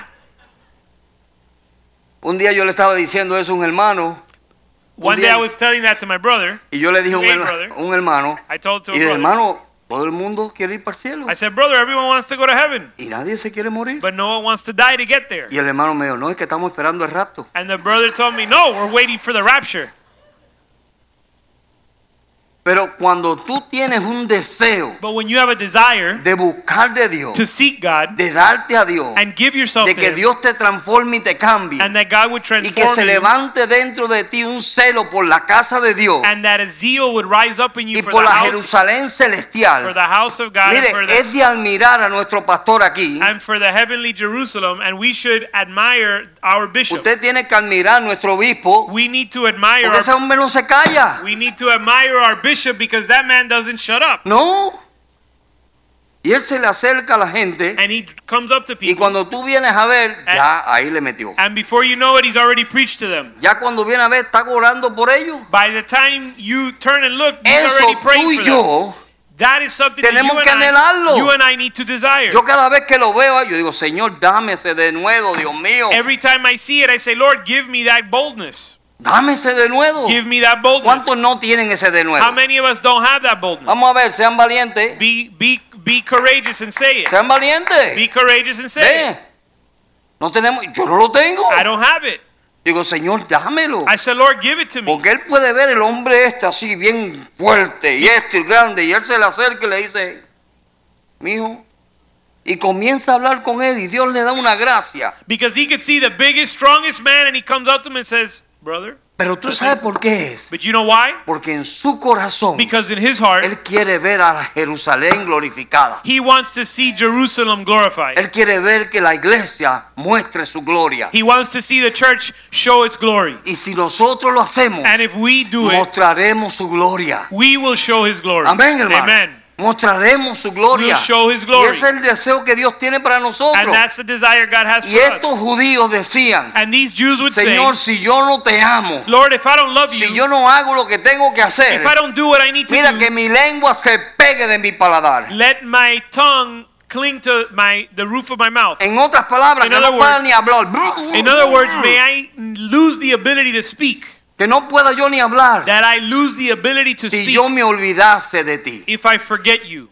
Un día yo le estaba diciendo eso a un hermano. Un
One day
día-
I was telling that to my brother.
Y yo le dije a un,
Hey,
herma-
brother.
un hermano.
I told to a
Y el
brother.
hermano, todo el mundo quiere ir para el cielo.
I said, "Brother, everyone wants to go to heaven,
Y nadie se quiere morir.
but no one wants to die to get there."
Y el hermano me dijo, no, es que estamos esperando el rapto.
And the brother told me, "No, we're waiting for the rapture."
Pero cuando tú tienes un deseo
But when you have a desire
de buscar de Dios,
to seek God
de darte a Dios,
and give yourself
de
to
que
Him,
Dios te transforme y te cambie
and that God
y
would
que se
transform you,
levante dentro de ti un celo por la casa de Dios
and that a zeal would rise up in you
y
for
por
the
la
house,
Jerusalén
for
celestial.
the house of God, and
Mire,
for the
es de admirar a nuestro pastor aquí.
and for the heavenly Jerusalem, and we should admire our bishop.
Usted tiene que admirar a nuestro obispo
We need to admire
porque ese
our
hombre no se calla.
we need to admire our bishop because that man doesn't shut up,
No. Y él se le acerca a la gente
and he comes up to
y
people,
cuando tú vienes a ver, ya ahí le metió.
and before you know it, he's already preached to them.
Ya cuando viene a ver, está orando por ellos.
By the time you turn and look, he's
Eso
already
tú
praying
y
for them.
yo,
That is something that
Tenemos
you
que
and,
anhelarlo.
I, you and I need to desire.
yo cada vez que lo veo, yo digo, Señor, dámese de nuevo, Dios mío.
Every time I see it, I say, Lord, give me that boldness.
Dame ese de nuevo.
Give me that boldness.
¿Cuántos no tienen ese de nuevo?
How many of us don't have that boldness?
Vamos a ver, sean valientes.
Be, be, be courageous and say it.
Sean valientes.
Be courageous and say it.
Ve. No tenemos, yo no lo tengo.
I don't have it.
Digo, Señor, dámelo.
I said, Lord, give it to me.
Porque él puede ver el hombre este así, bien fuerte y este y grande. Y él se le acerca y le dice, mijo. Y comienza a hablar con él y Dios le da una gracia.
Because he could see the biggest, strongest man, and he comes up to him and says, Brother.
Pero tú sabes por qué es.
But you know why?
Porque en su corazón
Because in his heart,
él quiere ver a la Jerusalén glorificada.
he wants to see Jerusalem glorified.
Él quiere ver que la iglesia muestre su gloria.
He wants to see the church show its glory.
Y si nosotros lo hacemos,
And if we do it,
mostraremos su gloria.
we will show his glory.
Amén, hermano.
Amen.
Mostraremos su gloria.
We'll show his glory.
Y ese es el deseo que Dios tiene para
And
nosotros.
that's the desire God has
Y
for us.
estos judíos decían,
And these Jews would
Señor,
say,
si yo no te amo,
Lord, if I don't love you,
si yo no hago lo que tengo que hacer,
if I don't do what I need to
mira
do,
que mi lengua se pegue de mi paladar.
let my tongue cling to my the roof of my mouth.
En otras palabras,
In
que
other
no pueda
words-
ni hablar.
In other words, may I lose the ability to speak.
que no pueda yo ni hablar
that I lose the ability to
si
speak
yo me olvidase de ti.
if I forget you.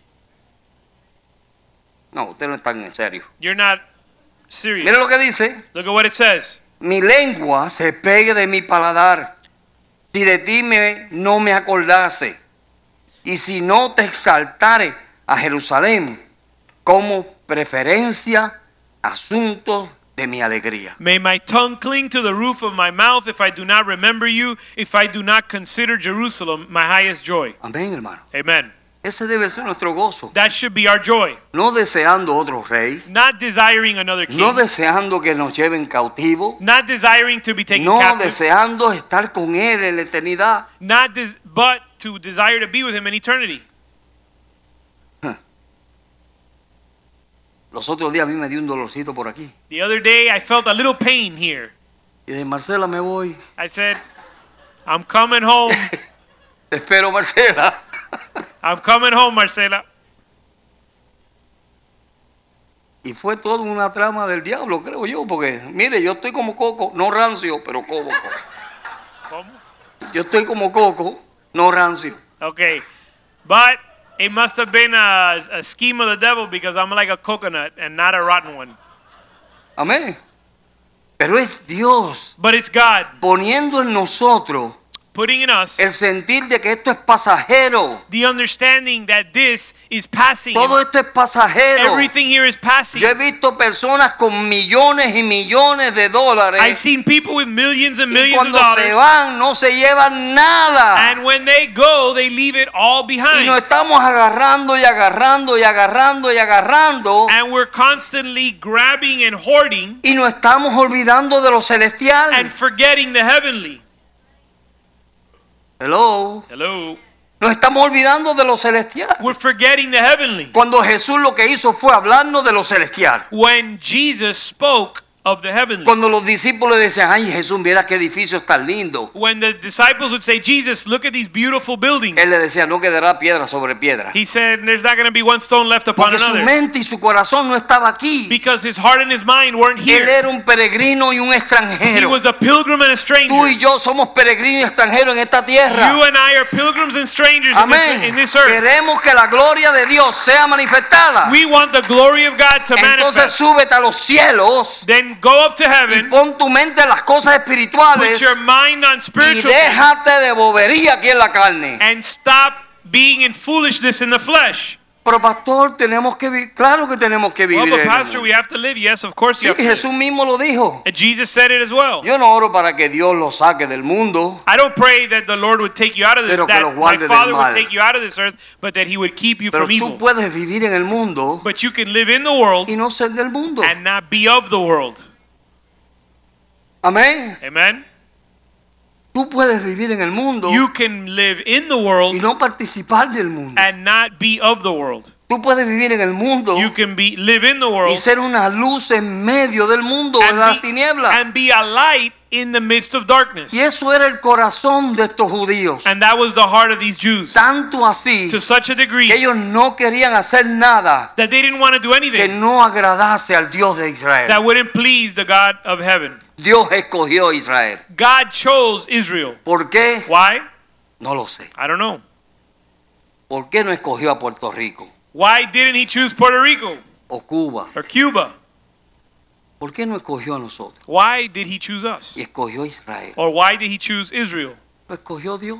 No, ustedes no están en serio.
You're not serious.
Miren lo que dice,
Look at what it says.
mi lengua se pegue de mi paladar, si de ti me, no me acordase, y si no te exaltare a Jerusalén como preferencia, asunto de mi alegría.
May my tongue cling to the roof of my mouth if I do not remember you, if I do not consider Jerusalem my highest joy.
Amén, hermano.
Amen.
Ese debe ser nuestro gozo.
That should be our joy,
No deseando otro rey,
not desiring another king,
no deseando que nos lleven cautivo,
not desiring to be taken
no
captive,
deseando estar con él en la eternidad.
not des- but to desire to be with him in eternity.
Los otros días a mí me dio un dolorcito por aquí.
The other day I felt a little pain here.
Y dije, Marcela, me voy. [laughs]
I said, "I'm coming home.
Te espero, Marcela. [laughs]
I'm coming home, Marcela."
Y fue toda una trama del diablo, creo yo, porque mire, yo estoy como coco, no rancio, pero como coco.
¿Cómo?
Yo estoy como coco, no rancio.
Okay, but it must have been a, a scheme of the devil because I'm like a coconut and not a rotten one.
Amén. Pero es Dios
But it's God
poniendo en nosotros
putting in us
el sentir de que esto es pasajero.
the understanding that this is passing.
Todo esto es pasajero.
Everything here is passing.
Yo he visto personas con millones y millones de
I've
dólares
seen people with millions and
y
millions of
cuando se
dollars,
van no se llevan nada.
and when they go, they leave it all
Y nos
behind.
estamos agarrando y agarrando y agarrando y agarrando
And we're constantly grabbing and hoarding
y nos estamos olvidando de lo celestial.
and forgetting the heavenly.
Hello.
Hello.
Nos estamos olvidando de lo celestial.
We're forgetting the heavenly.
Cuando Jesús lo que hizo fue hablarnos de lo celestial.
When Jesus spoke of the heavenly,
Cuando los discípulos le decían, ay Jesús, mira qué edificio tan lindo.
when the disciples would say, Jesus, look at these beautiful buildings,
Él le decía, no quedará piedra sobre piedra.
he said, There's not going to be one stone left upon
Porque su
another.
mente y su corazón no estaba aquí.
Because his heart and his mind weren't
Él
here.
era un peregrino y un
He
extranjero.
was a pilgrim and a stranger.
Tú y yo somos peregrinos y extranjeros en esta
You
tierra.
and I are pilgrims and strangers in this, in
Amén.
this earth.
Queremos que la gloria de Dios sea manifestada.
We want the glory of God to
Entonces
manifest.
súbete a los cielos
Then go up to
y
heaven,
pon tu mente en las cosas espirituales
put your mind on
y
spiritual things,
déjate de bobería aquí en la carne.
and stop being in foolishness in the flesh.
Pero pastor, tenemos que vivir. Claro que tenemos que
Well,
vivir.
but
en el
pastor,
mundo.
we have to live. Yes, of course
Sí,
you have to live.
Jesús mismo lo dijo.
And Jesus said it as well.
Yo no oro para que Dios lo saque del mundo,
I don't pray that the Lord would take you out of this,
Pero que
that
lo
my
guarde del
Father would
mal.
take you out of this earth, but that He would keep you
pero
from
tú
evil.
puedes vivir en el mundo
But you can live in the world
y no ser del mundo.
and not be of the world.
Amén.
Amen?
Tú puedes vivir en el mundo
You can live in the
y
world
no participar del mundo.
and not be of the world.
Tú puedes vivir en el mundo
You can be live in the
y
world
ser una luz en medio del mundo, de las
and be,
tinieblas.
and be a light in the midst of darkness.
Y eso era el corazón de estos judíos.
And that was the heart of these Jews
Tanto así
to such a degree
que ellos no querían hacer nada
that they didn't want to do
que
anything
no agradase al Dios de Israel.
that wouldn't please the God of heaven.
Dios escogió a Israel.
God chose Israel.
¿Por qué?
Why?
No lo sé.
I don't know.
¿Por qué no escogió a Puerto Rico
Why didn't he choose Puerto Rico
o Cuba?
or Cuba?
¿Por qué no escogió a nosotros?
Why did he choose us?
Y escogió a Israel.
Or why did he choose Israel?
Lo escogió Dios.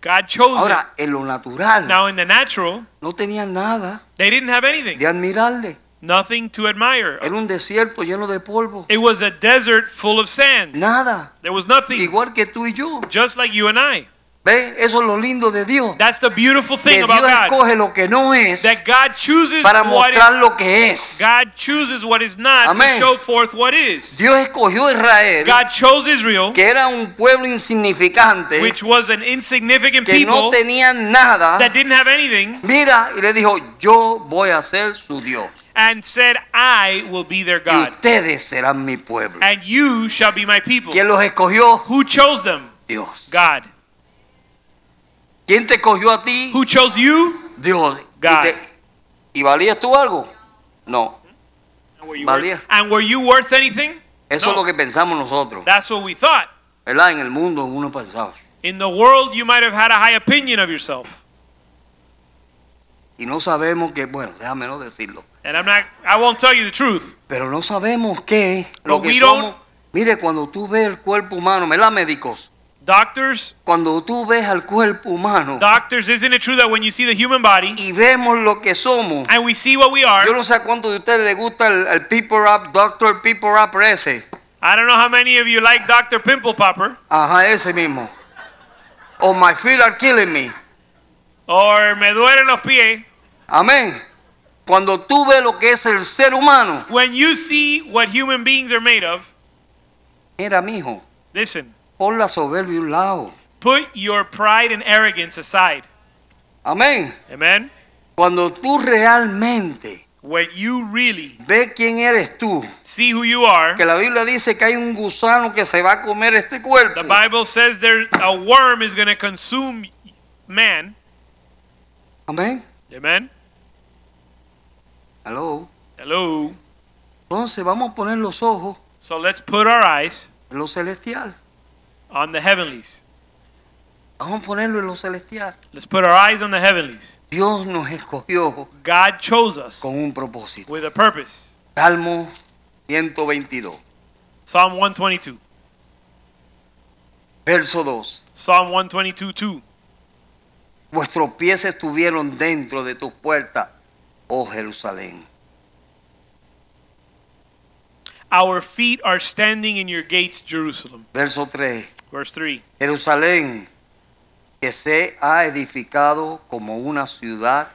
God chose it.
Ahora, en lo natural,
Now in the natural,
no tenían nada
they didn't have anything.
de admirarle.
Nothing to admire.
Era un desierto lleno de polvo.
It was a desert full of sand.
Nada.
There was nothing,
Igual que tú y yo.
just like you and I.
¿Ves? Eso es lo lindo de Dios.
That's the beautiful thing
Que
about
Dios
God.
escoge lo que no es
That God chooses
para
what
mostrar
is
lo que es.
God chooses what is not to
Amén.
show forth what is.
Dios escogió a Israel,
God chose Israel,
que era un pueblo insignificante,
which was an insignificant
que no
people
tenía nada.
that didn't have anything,
Mira, y le dijo, yo voy a ser su Dios.
and said, I will be their
Y
God,
ustedes serán mi pueblo.
and you shall be my people.
¿Quién los escogió?
Who chose them?
Dios.
God.
¿Quién te escogió a ti?
Who chose you?
Dios. ¿Y,
God.
te- ¿Y valías tú algo? No.
And were you
Valía.
worth, and were you worth anything?
Eso
No.
es lo que pensamos nosotros.
That's what we thought.
¿verdad? En el mundo uno pensaba.
In the world, you might have had a high opinion of yourself.
Y no sabemos que, bueno, déjamelo decirlo.
And I'm not, I won't tell you the truth.
Pero no sabemos qué, lo
But
que
we don't-
somos. Mire, cuando tú ves el cuerpo humano, ¿verdad, médicos?
Doctors,
Cuando tú ves al cuerpo humano
doctors, isn't it true that when you see the human body
y vemos lo que somos,
and we see what we are,
yo no sé a cuántos de ustedes les gusta el, el People Up, Doctor People Up ese.
I don't know how many of you like Dr. Pimple Popper
Ajá, ese mismo. O My Feet Are Killing Me.
or Me Duelen Los Pies.
Amén. Cuando tú ves lo que es el ser humano,
When you see what human beings are made of,
mira, mijo,
listen,
pon la soberbia a un lado.
put your pride and arrogance aside.
Amén.
Amen?
Cuando tú realmente
When you really
ves quién eres tú,
see who you are,
que la Biblia dice que hay un gusano que se va a comer este cuerpo.
the Bible says there a worm is going to consume man.
Amén.
Amen?
Hello.
Hello.
Entonces vamos a poner los ojos
So let's put our eyes
en lo celestial.
on the heavenlies.
Vamos a ponerlo en lo celestial.
Let's put our eyes on the heavenlies.
Dios nos escogió
God chose us
con un propósito.
with a purpose.
Salmo 122,
Psalm 122.
verso 2.
Psalm 122 2.
Vuestros pies estuvieron dentro de tus puertas, oh Jerusalén.
Our feet are standing in your gates, Jerusalem.
Verso 3.
Verse 3.
Jerusalén, que se ha edificado como una ciudad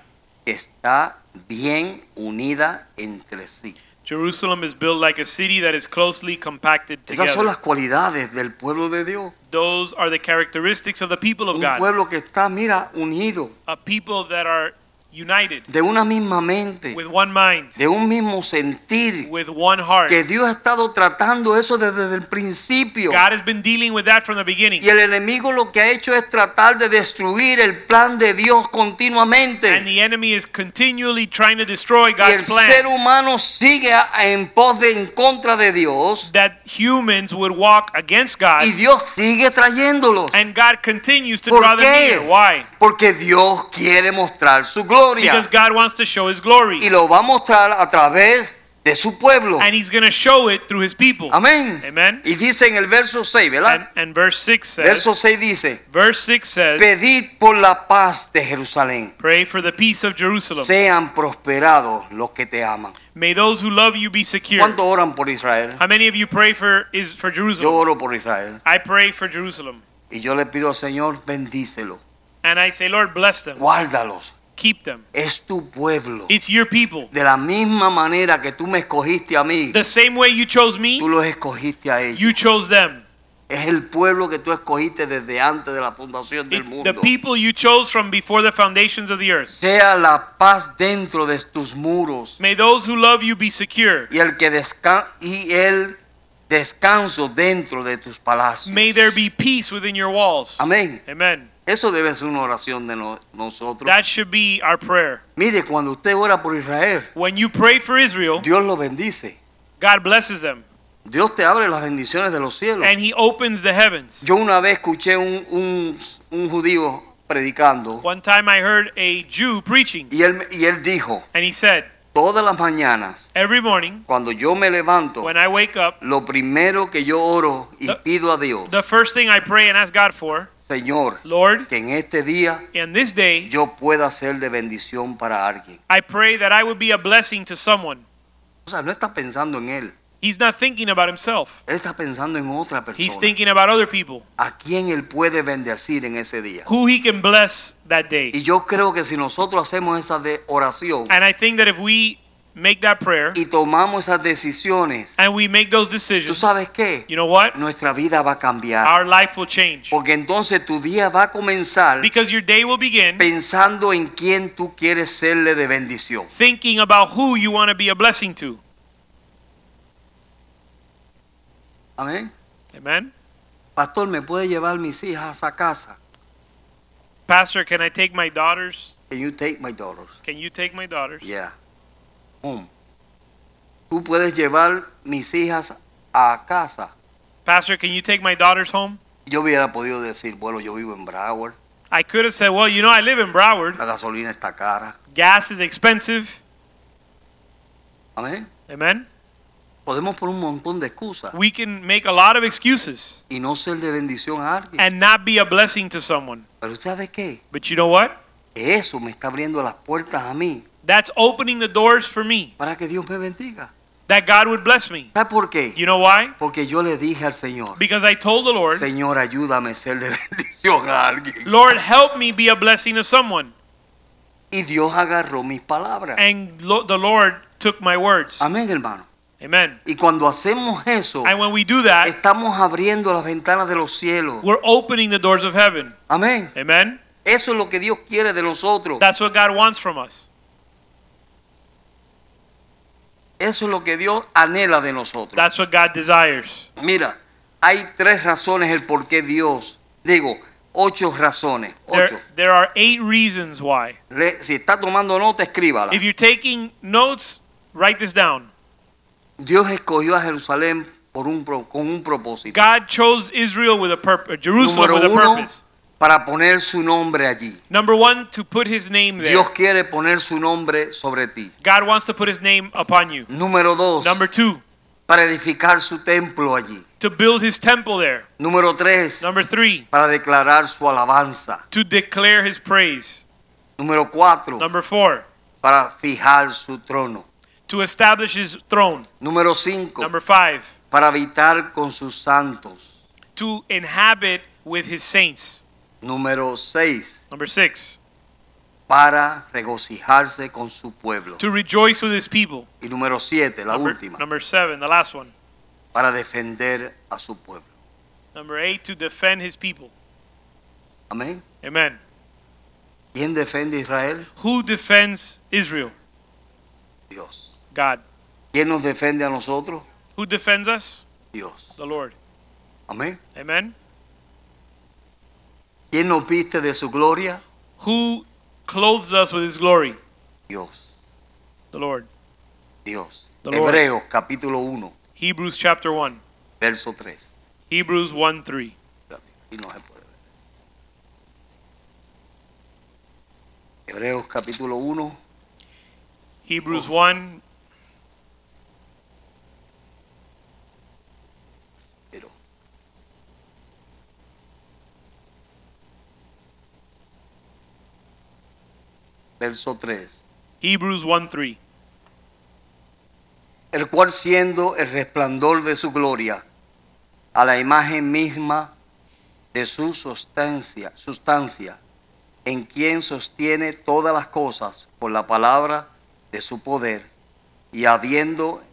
que está bien unida entre sí.
Jerusalem is built like a city that is closely compacted
Esas son
together.
las cualidades del pueblo de Dios.
Those are the characteristics of the people of
Un
God.
pueblo que está, mira, unido,
A people that are united
de una misma mente,
with one mind,
de un mismo sentir.
with one heart.
Que Dios ha estado tratando eso desde el principio.
God has been dealing with that from the beginning.
Y el enemigo lo que ha hecho es tratar de destruir el plan de Dios continuamente.
And the enemy is continually trying to
y
destroy
el
God's
ser
plan.
humano sigue a- en pos de en contra de Dios
That humans would walk against God.
y Dios sigue trayéndolos
And God continues to
¿Por
draw them
qué?
near. Why?
porque Dios quiere mostrar su gloria
Because God wants to show his glory.
y lo va a mostrar a través de su pueblo.
And he's going to show it through his people.
Amén.
Amen.
Y dice en el verso 6,
And,
¿verdad?
and verse 6 says,
Verso 6 dice,
verse 6 says,
pedid por la paz de Jerusalén,
pray for the peace of Jerusalem.
sean prosperados los que te aman.
May those who love you be secure.
¿Cuánto oran por Israel?
How many of you pray for is for
Yo
Jerusalem?
oro por Israel
I pray for Jerusalem.
y yo le pido al Señor, bendícelo,
And I say, Lord, bless them.
guárdalos,
Keep them.
es tu pueblo.
It's your people.
De la misma manera que tú me escogiste a mí,
The same way you chose me,
tú los escogiste a ellos.
you chose them.
Es el pueblo que tú escogiste desde antes de la fundación del
It's the
mundo.
people you chose from before the foundations of the earth.
Sea la paz dentro de tus muros
May those who love you be secure.
y el que desca- y el descanso dentro de tus palacios.
May there be peace within your walls.
Amén.
Amen.
Eso debe ser una oración de no- nosotros.
That should be our prayer.
Mire, cuando usted ora por Israel,
When you pray for Israel,
Dios lo bendice.
God blesses them
Dios te abre las bendiciones de los cielos.
and He opens the heavens.
Yo una vez escuché un, un- un judío predicando
One time I heard a Jew preaching
y él, y él dijo,
and he said,
todas las mañanas,
Every morning
cuando yo me levanto,
when I wake up,
lo primero que yo oro y
The-
pido a Dios,
the first thing I pray and ask God for,
Señor,
Lord,
que en este día
in this day,
yo pueda ser de bendición para alguien.
I pray that I would be a blessing to someone.
O sea, no está pensando en él,
He's not thinking about himself,
él está pensando en otra
he's
persona.
thinking about other people,
A quién él puede bendecir en ese día.
who he can bless that day.
Y yo creo que si nosotros hacemos esa de oración
And I think that if we make that prayer
y tomamos esas decisiones,
and we make those
¿tú
decisions,
sabes qué?
you know what?
Nuestra vida va a cambiar.
Our life will change.
Porque entonces tu día va a comenzar
Because your day will begin
pensando en quién tú quieres serle de bendición.
thinking about who you want to be a blessing to.
Amén.
Amen.
Pastor, ¿me puede llevar mis hijas a casa?
Pastor, can I take my daughters?
Can you take my daughters?
Can you take my daughters?
Yeah. Home. Tú puedes llevar mis hijas a casa.
Pastor, can you take my daughters home?
Yo hubiera podido decir, bueno, yo vivo en Broward,
I could have said, well, you know, I live in Broward.
la gasolina está cara.
Gas is expensive.
Amén.
Amen.
Podemos poner un montón de excusas
We can make a lot of excuses
y no ser de bendición a alguien.
and not be a blessing to someone.
Pero usted sabe qué?
But you know what?
Eso me está abriendo las puertas a mí
That's opening the doors for me
para que Dios me bendiga.
that God would bless me.
¿Sabe por qué?
You know why?
Porque yo le dije al Señor,
Because I told the Lord,
Señor, ayúdame a ser de [laughs] bendición a alguien.
Lord, help me be a blessing to someone.
Y Dios agarró mis palabras.
And lo- the Lord took my words.
Amén, hermano.
Amen.
Y cuando hacemos eso,
And when we do that,
estamos abriendo las ventanas de los cielos.
we're opening the doors of heaven.
Amén.
Amen.
Eso es lo que Dios quiere de nosotros.
That's what God wants from us.
Eso es lo que Dios anhela de nosotros.
That's what God desires.
Mira, hay tres razones el por qué Dios, digo, ocho razones.
There,
Ocho.
there are eight reasons why.
Le- si está tomando nota, escríbala.
If you're taking notes, write this down.
Dios escogió a Jerusalén por un pro- con un propósito.
God chose Israel with a purpose, Jerusalem
Número
with a
uno,
purpose.
para poner su nombre allí.
Number one, to put his name there.
Dios quiere poner su nombre sobre ti.
God wants to put his name upon you.
Número dos,
Number two,
para edificar su templo allí.
to build his temple there.
Número tres,
Number three,
para declarar su alabanza.
to declare his praise.
Número cuatro,
Number four,
para fijar su trono.
to establish his throne.
Número cinco,
Number five,
para habitar con sus santos.
to inhabit with his saints.
Número seis,
Number six,
para regocijarse con su pueblo.
to rejoice with his people.
Y número siete, la
Number,
última,
number seven, the last one.
para defender a su pueblo.
Number eight, to defend his people.
Amén.
Amen.
¿Quién defiende a Israel?
Who defends Israel?
Dios.
God.
¿Quién nos defiende a nosotros?
Who defends us?
Dios.
The Lord.
Amén.
Amen.
¿Quién nos viste de su gloria?
Who clothes us with his glory?
Dios.
The Lord.
Dios.
The Lord.
Hebreos capítulo 1,
Hebrews chapter 1.
verso 3.
Hebrews 1 3.
Espérate, aquí no se puede ver. Hebreos capítulo 1,
Hebrews 1
pero verso 3.
Hebrews 1 3.
el cual siendo el resplandor de su gloria, a la imagen misma de su sustancia, sustancia, en quien sostiene todas las cosas por la palabra de su poder, y habiendo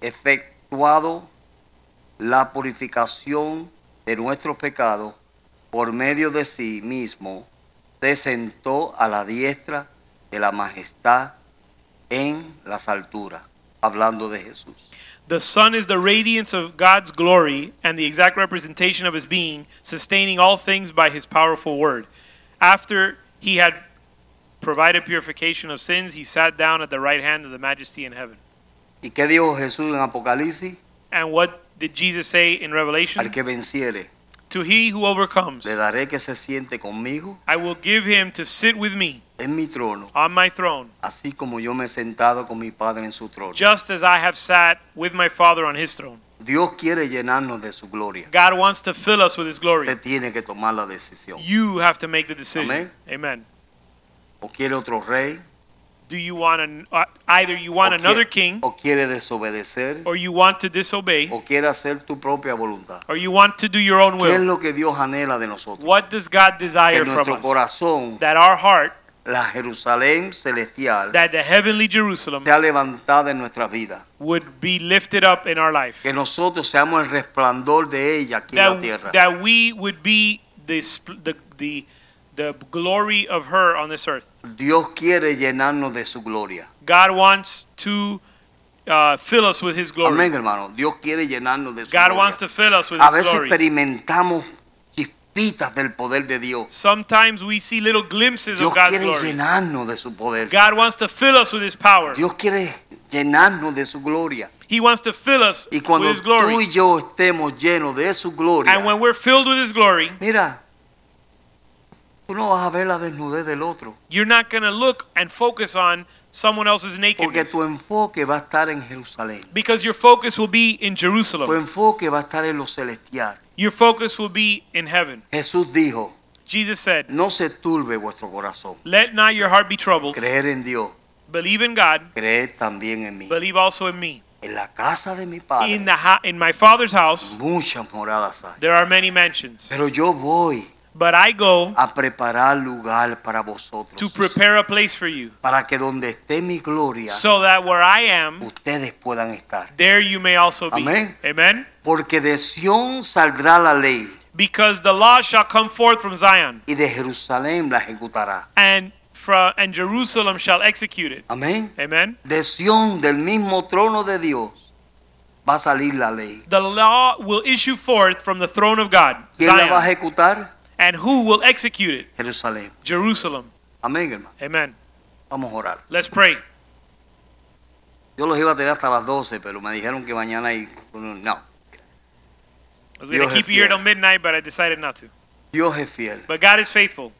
efectuado la purificación de nuestros pecados por medio de sí mismo, se sentó a la diestra de la majestad en las alturas, hablando de Jesús.
The Son is the radiance of God's glory and the exact representation of his being, sustaining all things by his powerful word. After he had provided purification of sins, he sat down at the right hand of the majesty in heaven.
¿Y qué dijo Jesús en Apocalipsis?
And what did Jesus say in Revelation?
Al que venciere,
To he who overcomes,
le daré que se siente conmigo
I will give him to sit with me
en mi trono,
on my throne,
así como yo me he sentado con mi Padre en su trono.
just as I have sat with my Father on his throne.
Dios quiere llenarnos de su gloria.
God wants to fill us with his glory.
Usted tiene que tomar la decisión.
You have to make the decision.
Amén.
Amen.
O quiere otro rey,
Do you want an, uh, either you want
o quie-
another king
o quiere desobedecer,
or you want to disobey
o quiere hacer tu propia voluntad.
or you want to do your own
¿Qué es
will?
lo que Dios anhela de nosotros?
What does God
Que
desire from
nuestro
us?
corazón,
That our heart,
la Jerusalén celestial,
that the heavenly Jerusalem
sea levantada en nuestra vida.
would be lifted up in our life.
Que nosotros seamos el resplandor de ella aquí en la tierra.
That, that we would be the, sp- the, the, the glory of her on this earth.
Dios quiere llenarnos de su gloria.
God wants to uh, fill us with his glory.
Amén, hermano. Dios quiere llenarnos de su
God
gloria.
wants to fill us with
A
his
veces
glory.
experimentamos chispitas del poder de Dios.
Sometimes we see little glimpses
Dios
of God's
quiere
glory.
llenarnos de su poder.
God wants to fill us with His power.
Dios quiere llenarnos de su gloria.
He wants to fill us
Y
with
cuando
His glory.
tú y yo estemos llenos de su gloria,
And when we're filled with His glory,
mira, tú no vas a ver la desnudez del otro,
you're not going to look and focus on someone else's
porque
nakedness.
tu enfoque va a estar en Jerusalén.
Because your focus will be in
Tu
Jerusalem.
enfoque va a estar en lo celestial.
Your focus will be in heaven.
Jesús dijo,
Jesus said,
no se turbe vuestro corazón.
Let not your heart be troubled.
Creer en Dios,
Believe in God.
creer también en mí.
Believe also in me.
En la casa de mi Padre
In, the ho- in my Father's house,
muchas moradas hay.
there are many mansions.
Pero yo voy
But I go
a preparar lugar para vosotros.
to prepare a place for you,
para que donde esté mi gloria,
so that where I am,
ustedes puedan estar.
there you may also be.
Amén.
Amen.
Porque de Sión saldrá la ley
Because the law shall come forth from Zion,
y de Jerusalén la ejecutará.
and from and Jerusalem shall execute it.
Amén.
Amen.
De Sión, del mismo trono de Dios, va a salir la ley.
The law will issue forth from the throne of God,
¿Quién la va a
Zion,
ejecutar?
and who will execute it?
Jerusalén.
Jerusalem.
Amén, hermano.
Amen.
Vamos a orar.
Let's pray.
Yo los iba a tener hasta las 12, pero me dijeron que mañana hay... No,
I was going
Dios es
to keep you here
fiel.
till midnight, but I decided not to.
Dios es fiel.
But God is faithful.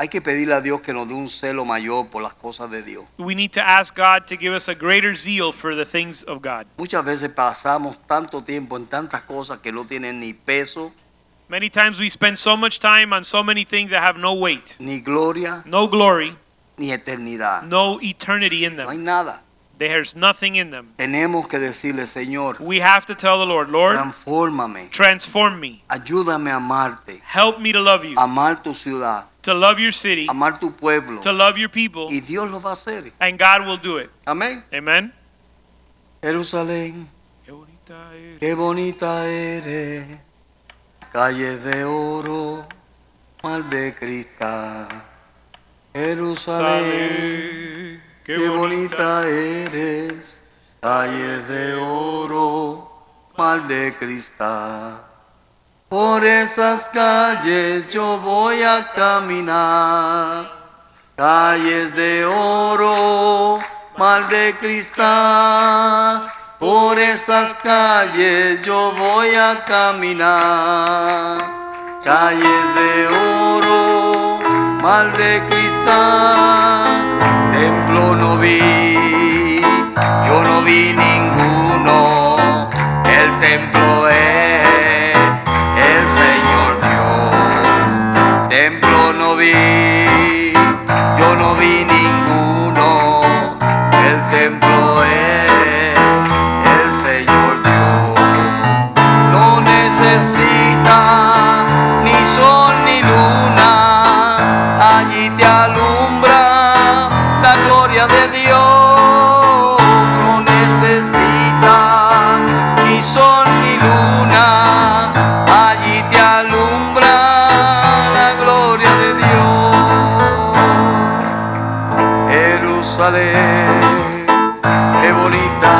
Hay que pedirle a Dios que nos dé un celo mayor por las cosas de Dios.
We need to ask God to give us a greater zeal for the things of God.
Muchas veces pasamos tanto tiempo en tantas cosas que no tienen ni peso,
Many times we spend so much time on so many things that have no weight,
ni gloria,
no glory,
ni eternidad.
no eternity in
No hay
them.
nada.
There's nothing in them.
Tenemos que decirle, Señor,
We have to tell the Lord, Lord,
transfórmame,
transform me.
ayúdame a amarte,
Help me to love you,
a amar tu ciudad,
to love your city,
a amar tu pueblo.
to love your people,
Y Dios lo va a hacer.
and God will do it.
Amén.
Amen.
Jerusalén, qué bonita eres, calles de oro, mar de cristal. Jerusalén. Qué bonita eres, calles de oro, mar de cristal. Por esas calles yo voy a caminar. Calles de oro, mar de cristal. Por esas calles yo voy a caminar calles de oro, mar de cristal, templo no vi, yo no vi ninguno, el templo es el Señor Dios, templo no vi, yo no vi ninguno, el templo es el Señor Dios no necesita ni sol ni luna, allí te alumbra la gloria de Dios. No necesita ni sol ni luna, allí te alumbra la gloria de Dios. Jerusalén, qué bonita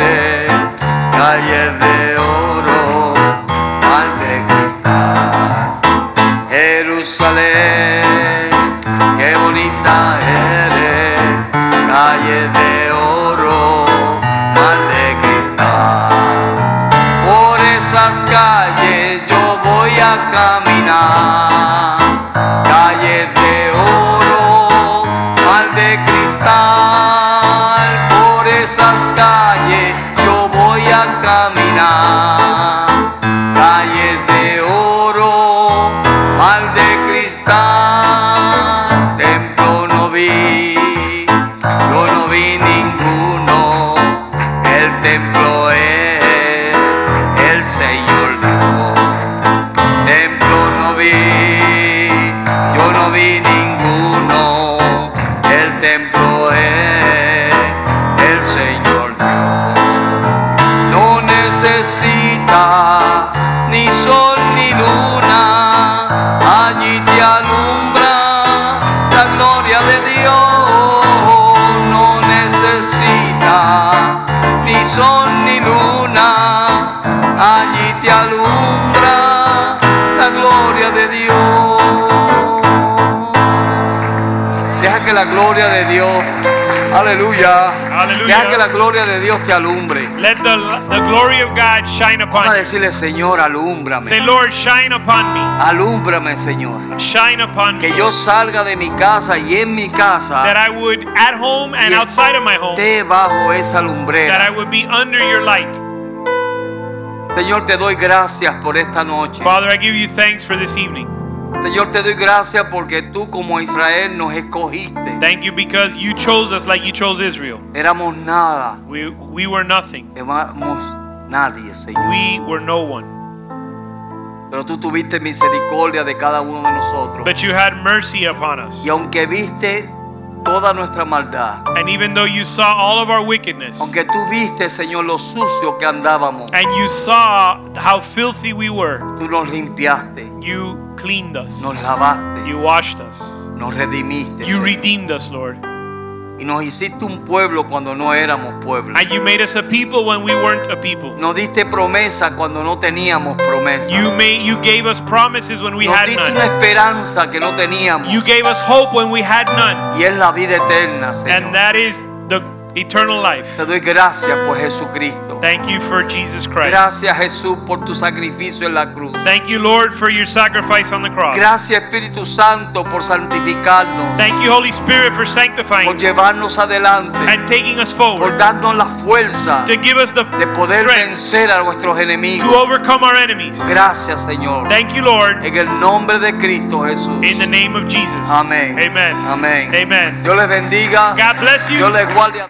eres, calles de oro, mar de cristal. Jerusalén, qué bonita eres, calles de oro, mar de cristal. Por esas calles yo voy a caminar, calles de oro, mar de cristal. Por esas calles yo voy a caminar, calles de oro, mar de cristal. Templo no vi, yo no vi ninguno, el templo es el Señor Dios templo no vi, yo no vi ninguno, el templo es el Señor Dios. No necesita ni sol ni luna, allí te alumbra la gloria de Dios. No necesita ni sol ni luna, allí te alumbra la gloria de Dios. Aleluya.
Aleluya.
Deja que la gloria de Dios te alumbre.
Let the, the glory of God shine
Vamos a
upon you.
decirle, Señor, alúmbrame.
Say, Lord, shine upon
Alúmbrame, Señor.
me. Shine upon me.
Que yo salga de mi casa y en mi
That
casa
I would, at home and
Yes.
outside of my home,
esté bajo esa
that
lumbrera.
I would be under your light.
Señor, te doy gracias por esta noche.
Father, I give you thanks for this evening.
Señor, te doy gracias porque tú como Israel nos escogiste.
Thank you because you chose us like you chose Israel.
Éramos nada,
We, we were nothing.
éramos nadie, Señor.
We were no one.
Pero tú tuviste misericordia de cada uno de nosotros.
But you had mercy upon us.
Y aunque viste toda nuestra maldad,
And even though you saw all of our wickedness,
aunque tú viste, Señor, lo sucio que andábamos,
and you saw how filthy we were,
tú nos limpiaste,
you cleaned us.
nos lavaste,
You washed us.
nos redimiste.
You
Señor.
redeemed us, Lord.
Y nos hiciste un pueblo cuando no éramos pueblo.
And you made us a people when we weren't a people.
Nos diste promesa cuando no teníamos promesa.
You made you gave us promises when we
Nos
had
diste una
none.
esperanza que no teníamos.
You gave us hope when we had none.
Y es la vida eterna,
And
Señor.
that is the eternal life.
Te doy gracias por Jesucristo.
Thank you for Jesus Christ.
Gracias Jesús por tu sacrificio en la cruz.
Thank you, Lord, for your sacrifice on the cross.
Gracias Espíritu Santo por santificarnos,
Thank you, Holy Spirit, for
por
sanctifying us
llevarnos adelante,
and taking us
por
forward
darnos la fuerza
to give us the
de poder
strength
vencer a nuestros
to
enemigos.
overcome our enemies.
Gracias Señor.
Thank you, Lord,
En el nombre de Cristo Jesús.
in the name of Jesus.
Amén.
Amen.
Amén.
Amen.
Dios les bendiga.
God bless you.
Dios les guarde. a-